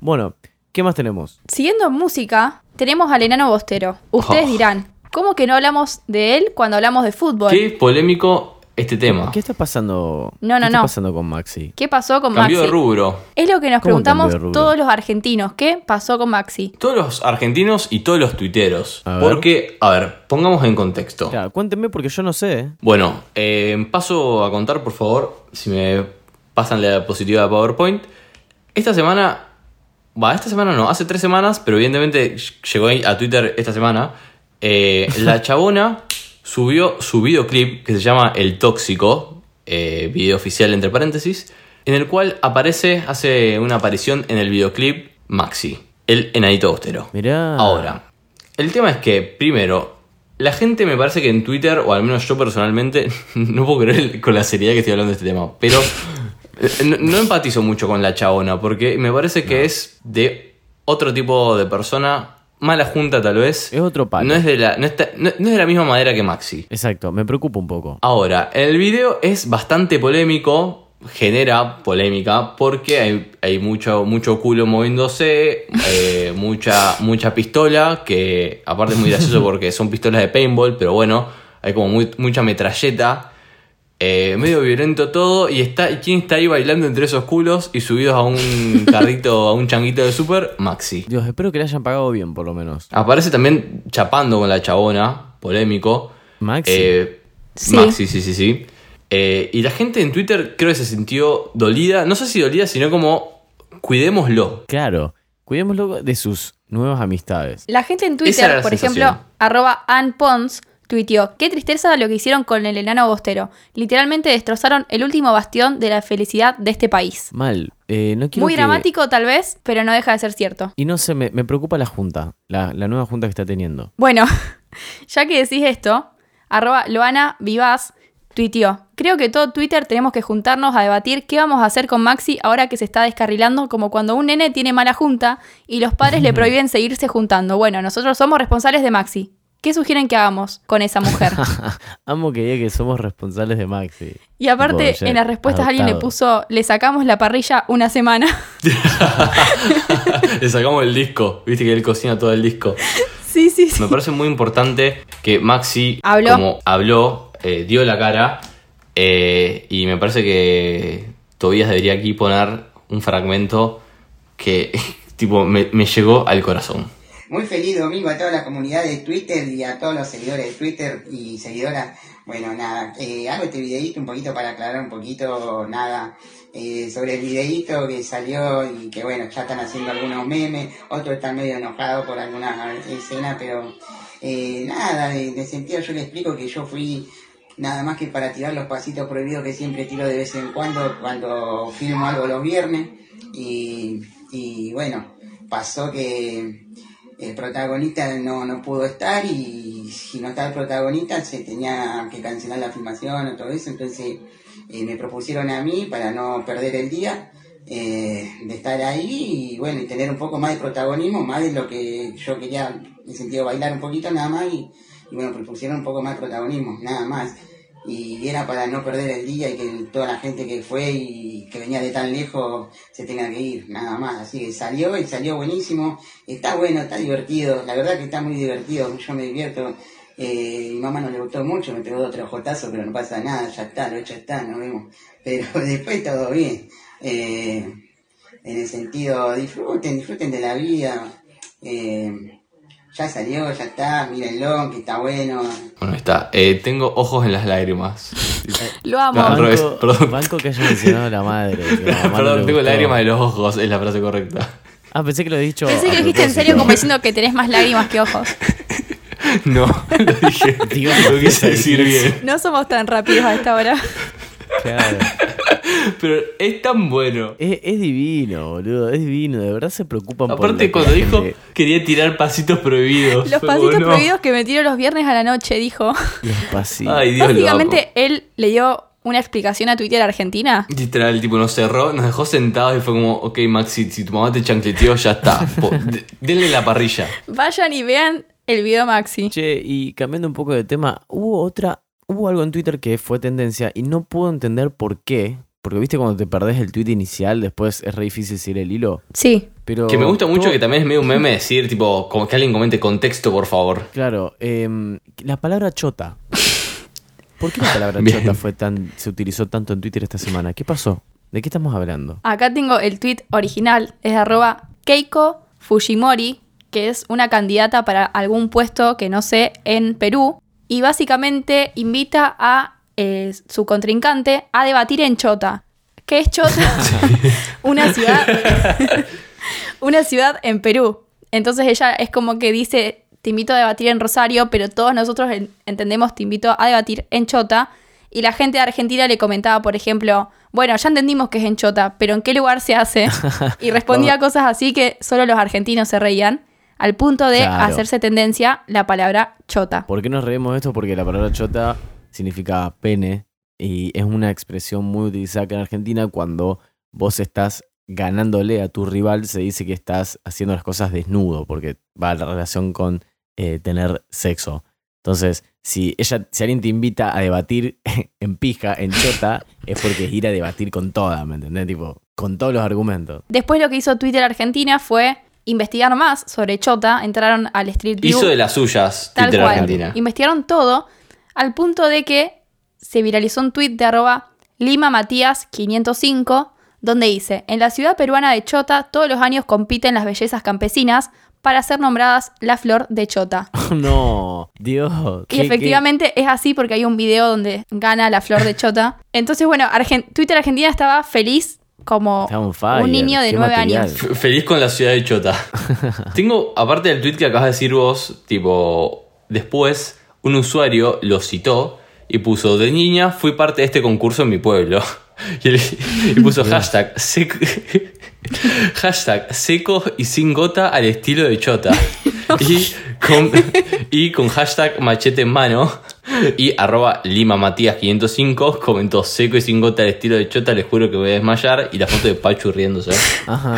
S3: Bueno, ¿qué más tenemos?
S2: Siguiendo en música, tenemos al enano Bostero. Ustedes
S1: Oh.
S2: dirán, ¿cómo que no hablamos de él cuando hablamos de fútbol?
S1: Qué polémico este tema.
S3: ¿Qué está pasando?
S2: No,
S3: ¿Qué
S2: no,
S3: está
S2: no.
S3: pasando con Maxi?
S2: ¿Qué pasó con
S1: Cambió de
S2: Maxi?
S1: rubro.
S2: Es lo que nos
S3: ¿Cómo cambió
S2: preguntamos
S3: de rubro?
S2: todos los argentinos. ¿Qué pasó con Maxi?
S1: Todos los argentinos y todos los tuiteros.
S3: A ver.
S1: porque, a ver, pongamos en contexto.
S3: Claro, cuéntenme porque yo no sé.
S1: Bueno, eh, paso a contar, por favor, si me pasan la diapositiva de PowerPoint. Esta semana, va, esta semana no, hace tres semanas, pero evidentemente llegó ahí a Twitter esta semana, eh, la chabona subió su videoclip que se llama El Tóxico, eh, video oficial entre paréntesis, en el cual aparece, hace una aparición en el videoclip Maxi, el enadito austero.
S3: Mirá.
S1: Ahora, el tema es que, primero, la gente me parece que en Twitter, o al menos yo personalmente, no puedo creer con la seriedad que estoy hablando de este tema, pero eh, no, no empatizo mucho con la chabona, porque me parece que es de otro tipo de persona, mala junta tal vez.
S3: Es otro palo.
S1: No es de la, no está- no- no es de la misma madera que Maxi.
S3: Exacto, me preocupa un poco.
S1: Ahora, el video es bastante polémico, genera polémica, porque hay, hay mucho, mucho culo moviéndose, eh, mucha, mucha pistola, que aparte es muy gracioso porque son pistolas de paintball, pero bueno, hay como muy- mucha metralleta. eh, medio violento todo y está y quién está ahí bailando entre esos culos y subidos a un carrito a un changuito de super Maxi
S3: Dios, espero que le hayan pagado bien, por lo menos.
S1: aparece también chapando con la chabona polémico
S3: Maxi.
S1: Eh,
S2: Sí.
S1: Maxi, sí, sí, sí. Eh, y la gente en Twitter creo que se sintió dolida. No sé si dolida, sino como cuidémoslo.
S3: Claro, cuidémoslo de sus nuevas amistades.
S2: La gente en
S1: Esa era
S2: Twitter,
S1: la
S2: por
S1: sensación.
S2: ejemplo, arroba Ann Pons, tuiteó, qué tristeza lo que hicieron con el enano Bostero. Literalmente destrozaron el último bastión de la felicidad de este país.
S3: Mal. eh, no quiero
S2: Muy
S3: que-
S2: dramático tal vez, pero no deja de ser cierto.
S3: Y no sé, me, me preocupa la junta, la, la nueva junta que está teniendo.
S2: Bueno, ya que decís esto, arroba Loana Vivaz tuiteó, creo que todo Twitter tenemos que juntarnos a debatir qué vamos a hacer con Maxi ahora que se está descarrilando como cuando un nene tiene mala junta y los padres le prohíben seguirse juntando. Bueno, nosotros somos responsables de Maxi. ¿Qué sugieren que hagamos con esa mujer?
S3: Amo que diga que somos responsables de Maxi.
S2: Y aparte,
S3: Tipo, ya
S2: en las respuestas alguien le
S3: adoptado.
S2: puso, le sacamos la parrilla una semana.
S1: Le sacamos el disco. Viste que él cocina todo el disco.
S2: sí, sí, sí.
S1: Me parece muy importante que Maxi
S2: Habló.
S1: como habló, eh, dio la cara. Eh, y me parece que Tobías debería aquí poner un fragmento que tipo me, me llegó al corazón.
S5: Muy feliz domingo a toda la comunidad de Twitter y a todos los seguidores de Twitter y seguidoras. Bueno, nada, eh, hago este videíto un poquito para aclarar un poquito, nada, eh, sobre el videíto que salió y que bueno, ya están haciendo algunos memes, otros están medio enojados por alguna escena, pero eh, nada, en el sentido yo le explico que yo fui nada más que para tirar los pasitos prohibidos que siempre tiro de vez en cuando cuando filmo algo los viernes y, y bueno, pasó que el protagonista no, no pudo estar y si no estaba el protagonista se tenía que cancelar la filmación o todo eso, entonces eh, me propusieron a mí para no perder el día eh, de estar ahí y bueno, y tener un poco más de protagonismo, más de lo que yo quería, en el sentido bailar un poquito nada más y, y bueno, propusieron un poco más de protagonismo, nada más. Y era para no perder el día y que toda la gente que fue y que venía de tan lejos se tenga que ir, nada más. Así que salió y salió buenísimo. Está bueno, está divertido. La verdad que está muy divertido. Yo me divierto. Eh, mi mamá no le gustó mucho, me pegó otro jotazo, pero no pasa nada. Ya está, lo hecho está, nos vemos. Pero después todo bien. Eh, en el sentido, disfruten, disfruten de la vida. Eh, ya salió, ya está, mírenlo, que está bueno.
S1: Bueno, ahí está. Eh, tengo ojos en las lágrimas.
S2: Lo amo.
S1: Al revés,
S3: Banco,
S1: perdón.
S3: banco que haya mencionado la madre. que la mamá no
S1: Perdón,
S3: le
S1: tengo
S3: gustó.
S1: lágrimas de los ojos, es la frase correcta.
S3: Ah, pensé que lo he dicho.
S2: Pensé
S3: a
S2: que lo dijiste en
S3: propósito.
S2: serio como diciendo que tenés más lágrimas que ojos.
S1: No, lo dije.
S3: Digo,
S1: lo quise decir bien.
S2: No somos tan rápidos a esta hora.
S3: Claro.
S1: Pero es tan bueno.
S3: Es, es divino, boludo. Es divino. De verdad se preocupan por lo
S1: Aparte,
S3: que
S1: cuando
S3: la
S1: dijo
S3: gente-
S1: quería tirar pasitos prohibidos.
S2: Los
S1: fue como,
S2: pasitos
S1: no.
S2: prohibidos que me tiro los viernes a la noche, dijo.
S3: Los pasillos.
S1: Ay, Dios lo amo.
S2: Básicamente él le dio una explicación a Twitter Argentina.
S1: Literal, tipo, nos cerró, nos dejó sentados y fue como, ok, Maxi, si tu mamá te chancleteó, ya está. Po- de- denle la parrilla.
S2: Vayan y vean el video Maxi.
S3: Che, y cambiando un poco de tema, hubo otra, hubo algo en Twitter que fue tendencia y no puedo entender por qué. Porque viste cuando te perdés el tweet inicial, después es re difícil seguir el hilo.
S2: Sí.
S3: Pero
S1: Que me gusta mucho
S3: tuvo-
S1: que también es medio un meme decir, tipo, como que alguien comente contexto, por favor.
S3: Claro, em, la palabra chota. ¿Por qué la palabra
S1: Bien.
S3: chota fue tan, se utilizó tanto en Twitter esta semana? ¿Qué pasó? ¿De qué estamos hablando?
S2: Acá tengo el tweet original. Es de arroba Keiko Fujimori, que es una candidata para algún puesto que no sé en Perú. Y básicamente invita a eh, su contrincante a debatir en Chota. ¿Qué es Chota? una ciudad. una ciudad en Perú. Entonces ella es como que dice, te invito a debatir en Rosario, pero todos nosotros en- entendemos, te invito a debatir en Chota. Y la gente de Argentina le comentaba, por ejemplo, bueno, ya entendimos que es en Chota, pero ¿en qué lugar se hace? Y respondía cosas así que solo los argentinos se reían, al punto de
S3: Claro.
S2: hacerse tendencia la palabra Chota.
S3: ¿Por qué nos reímos de esto? Porque la palabra chota significa pene y es una expresión muy utilizada acá en Argentina cuando vos estás ganándole a tu rival, se dice que estás haciendo las cosas desnudo, porque va a la relación con eh, tener sexo. Entonces, si ella, si alguien te invita a debatir en pija, en chota, es porque es ir a debatir con toda, ¿me entendés? Tipo, con todos los argumentos.
S2: Después lo que hizo Twitter Argentina fue investigar más sobre Chota, entraron al Street View.
S1: Hizo de las suyas
S2: Tal
S1: Twitter
S2: cual.
S1: Argentina.
S2: Investigaron todo al punto de que se viralizó un tuit de arroba Lima Matías 505 donde dice, en la ciudad peruana de Chota todos los años compiten las bellezas campesinas para ser nombradas la flor de Chota.
S3: no, Dios.
S2: Y
S3: qué- qué-
S2: efectivamente es así porque hay un video donde gana la flor de Chota. Entonces, bueno, Argen- Twitter Argentina estaba feliz como
S3: Está on fire,
S2: un niño de
S3: qué
S2: nueve
S3: material.
S2: años.
S1: F- Feliz con la ciudad de Chota. Tengo, aparte del tweet que acabas de decir vos, tipo, después un usuario lo citó y puso, de niña fui parte de este concurso en mi pueblo. Y, el- y puso hashtag seco, hashtag seco y sin gota al estilo de Chota. Y, con, y con hashtag machete en mano y arroba lima matías 505 comentó seco y sin gota al estilo de Chota, les juro que voy a desmayar y la foto de Pachu riéndose.
S3: Ajá,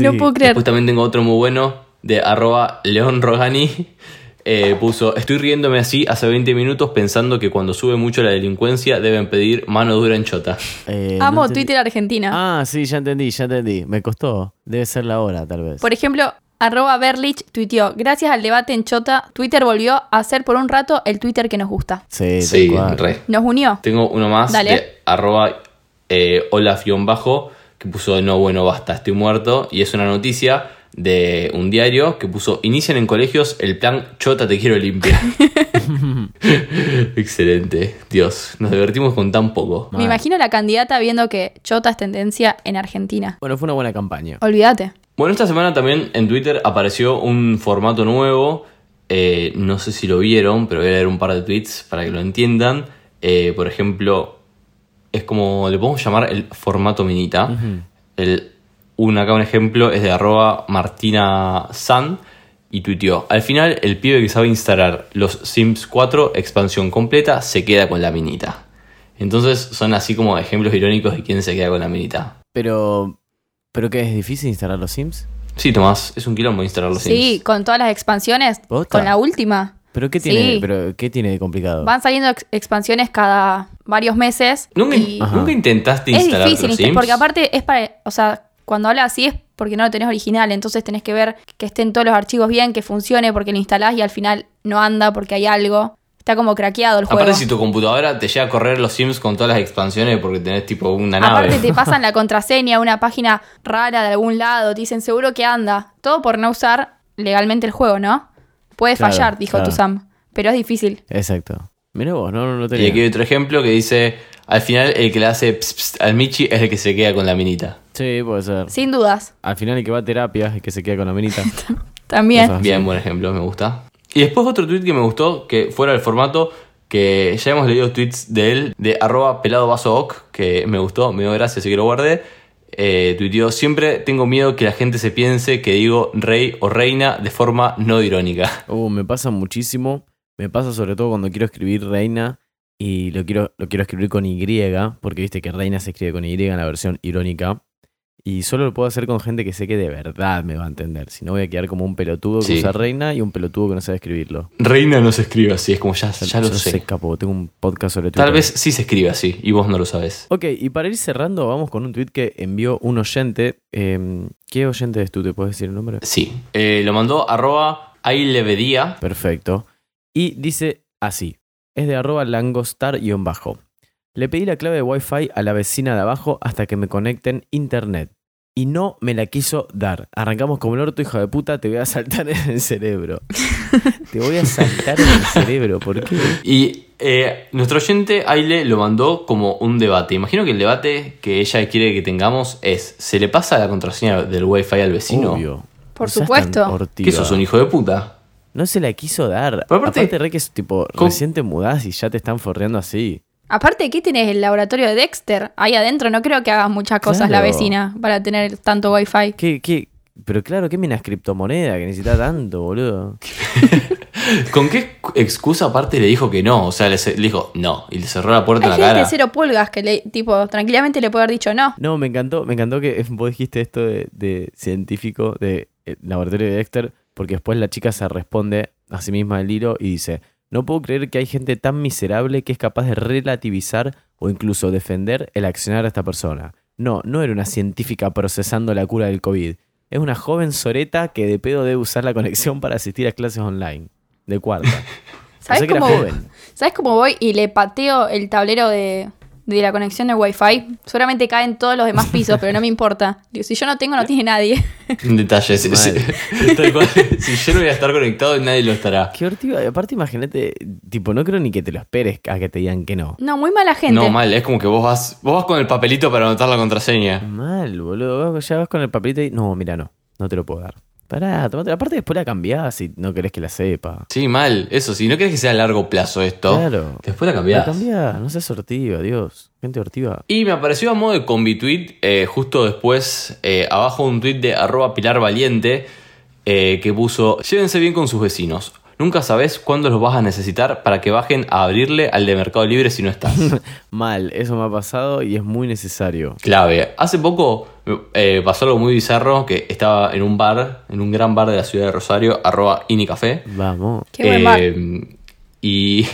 S2: No puedo creer.
S1: Después también tengo otro muy bueno de arroba León Rogani. Eh, puso, estoy riéndome así hace 20 minutos pensando que cuando sube mucho la delincuencia deben pedir mano dura en chota.
S3: Eh, no
S2: Amo
S3: entendí.
S2: Twitter Argentina.
S3: Ah, sí, ya entendí, ya entendí. Me costó. Debe ser la hora, tal vez.
S2: Por ejemplo, Arroba Berlich tuiteó, gracias al debate en Chota, Twitter volvió a ser por un rato el Twitter que nos gusta.
S3: Sí, tal
S1: Sí,
S3: cual.
S1: re.
S2: Nos unió.
S1: Tengo uno más
S2: Dale.
S1: de arroba eh, olaf-bajo que puso no bueno basta, estoy muerto. Y es una noticia de un diario que puso inician en colegios el plan chota te quiero limpia. Excelente. Dios, nos divertimos con tan poco.
S2: Me imagino la candidata viendo que Chota es tendencia en Argentina.
S3: Bueno, fue una buena campaña.
S2: Olvídate.
S1: Bueno, esta semana también en Twitter apareció un formato nuevo. Eh, no sé si lo vieron, pero voy a leer un par de tweets para que lo entiendan. Eh, por ejemplo, es como le podemos llamar el formato minita. el, un, acá un ejemplo es de arroba Martina San y tuiteó. Al final, el pibe que sabe instalar los Sims 4, expansión completa, se queda con la minita. Entonces son así como ejemplos irónicos de quién se queda con la minita.
S3: Pero. ¿Pero qué es difícil instalar los Sims?
S1: Sí, Tomás, es un quilombo instalar los Sims.
S2: Sí, con todas las expansiones,
S3: Posta.
S2: con la última.
S3: ¿Pero qué
S2: Sí.
S3: tiene, pero, ¿qué tiene de
S1: Ah.
S3: complicado?
S2: Van saliendo ex- expansiones cada varios meses.
S1: ¿Nunca,
S2: y
S3: Ajá.
S1: ¿nunca intentaste
S2: es
S1: instalar
S2: difícil,
S1: los
S2: ¿viste?
S1: Sims?
S2: porque aparte es para, o sea, cuando hablas así es porque no lo tenés original, entonces tenés que ver que estén todos los archivos bien, que funcione, porque lo instalás y al final no anda porque hay algo. Está como craqueado el juego.
S1: Aparte, si tu computadora te llega a correr los Sims con todas las expansiones porque tenés tipo una
S2: Aparte
S1: nave.
S2: te pasan la contraseña, una página rara de algún lado, te dicen seguro que anda. Todo por no usar legalmente el juego, ¿no? Puede
S3: Claro,
S2: fallar, dijo
S3: claro.
S2: Tusam, pero es difícil.
S3: Exacto. Mira vos, no, no lo
S1: Y
S3: tenía.
S1: aquí hay otro ejemplo que dice: al final, el que le hace ps, ps al Michi es el que se queda con la minita.
S3: Sí, puede ser.
S2: Sin dudas,
S3: Al final el que va a terapia es el que se queda con la menita.
S2: también.
S3: Cosas así.
S1: Bien, buen ejemplo, me gusta. Y después otro tweet que me gustó, que fuera del formato, que ya hemos leído tweets de él, de arroba pelado vaso oc, que me gustó, me dio gracias, así que lo guardé. Eh, tuiteó, siempre tengo miedo que la gente se piense que digo rey o reina de forma no irónica.
S3: Uh, me pasa muchísimo. Me pasa sobre todo cuando quiero escribir reina y lo quiero, lo quiero escribir con Y, porque viste que reina se escribe con Y en la versión irónica. Y solo lo puedo hacer con gente que sé que de verdad me va a entender. Si no, voy a quedar como un pelotudo que
S1: Sí.
S3: usa reina y un pelotudo que no sabe escribirlo.
S1: Reina no se escribe así, es como ya, ya lo
S3: Yo
S1: sé.
S3: capo. Tengo un podcast sobre Twitter.
S1: Tal vez sí se escribe así y vos no lo sabés.
S3: Ok, y para ir cerrando, vamos con un tweet que envió un oyente. Eh, ¿Qué oyente es tú? ¿Te puedes decir el nombre?
S1: Sí. Eh, lo mandó arroba ailevedía.
S3: Perfecto. Y dice así. Es de arroba langostar-bajo. Le pedí la clave de Wi-Fi a la vecina de abajo hasta que me conecten internet. Y no me la quiso dar. Arrancamos como el orto, hija de puta, te voy a saltar en el cerebro. te voy a saltar en el cerebro, ¿por qué?
S1: Uh. Y eh, nuestro oyente Aile lo mandó como un debate. Imagino que el debate que ella quiere que tengamos es: ¿se le pasa la contraseña del wifi al vecino?
S3: Obvio.
S2: Por
S3: No seas tan
S2: supuesto.
S3: hortiva.
S1: Que sos un hijo de puta.
S3: No se la quiso dar.
S1: Pero
S3: aparte,
S1: aparte-
S3: re que es tipo,
S1: Con-
S3: recién te mudás y ya te están forreando así.
S2: Aparte, ¿qué tenés? El laboratorio de Dexter. Ahí adentro no creo que hagas muchas cosas
S3: Claro.
S2: la vecina para tener tanto wifi.
S3: ¿Qué, qué? Pero claro, ¿qué minas criptomoneda que necesita tanto, boludo?
S1: ¿Con qué excusa aparte le dijo que no? O sea, le, ce- le dijo no y le cerró la puerta
S2: Hay
S1: en la
S2: gente de
S1: cara.
S2: cero pulgas que le, tipo, tranquilamente le puede haber dicho no.
S3: No, me encantó, me encantó que eh, vos dijiste esto de, de científico, de eh, laboratorio de Dexter, porque después la chica se responde a sí misma el hilo y dice, no puedo creer que hay gente tan miserable que es capaz de relativizar o incluso defender el accionar a esta persona. No, no era una científica procesando la cura del COVID. Es una joven soreta que de pedo debe usar la conexión para asistir a clases online. De cuarta.
S2: ¿Sabés
S3: Pensé que era
S2: cómo-
S3: joven.
S2: ¿Sabes cómo voy y le pateo el tablero de, de la conexión de Wi-Fi? Seguramente caen todos los demás pisos, pero no me importa. Digo, si yo no tengo, no tiene nadie.
S1: Detalles. Sí, sí. Tal cual. Si yo no voy a estar conectado, nadie lo estará.
S3: Qué hortiva. Aparte, imagínate, tipo, no creo ni que te lo esperes a que te digan que no.
S2: No, muy mala gente.
S1: No, mal, es como que vos vas, vos vas con el papelito para anotar la contraseña.
S3: Mal, boludo. Vos Ya vas con el papelito y. No, mira, no. No te lo puedo dar. Pará, tomate. Aparte, después la cambiás si no querés que la sepa.
S1: Sí, mal. Eso, si no querés que sea a largo plazo esto,
S3: Claro.
S1: después la
S3: La
S1: cambiás.
S3: cambiás, no seas sortiva, Dios. Gente hortiva.
S1: Y me apareció a modo de combi tweet eh, justo después, eh, abajo un tweet de arroba Pilar Valiente eh, que puso, llévense bien con sus vecinos. Nunca sabes cuándo los vas a necesitar para que bajen a abrirle al de Mercado Libre si no estás.
S3: Mal, eso me ha pasado y es muy necesario.
S1: Clave. Hace poco eh, pasó algo muy bizarro que estaba en un bar, en un gran bar de la ciudad de Rosario, arroba Inicafé.
S3: Vamos.
S2: Qué buen bar.
S1: Eh, Y,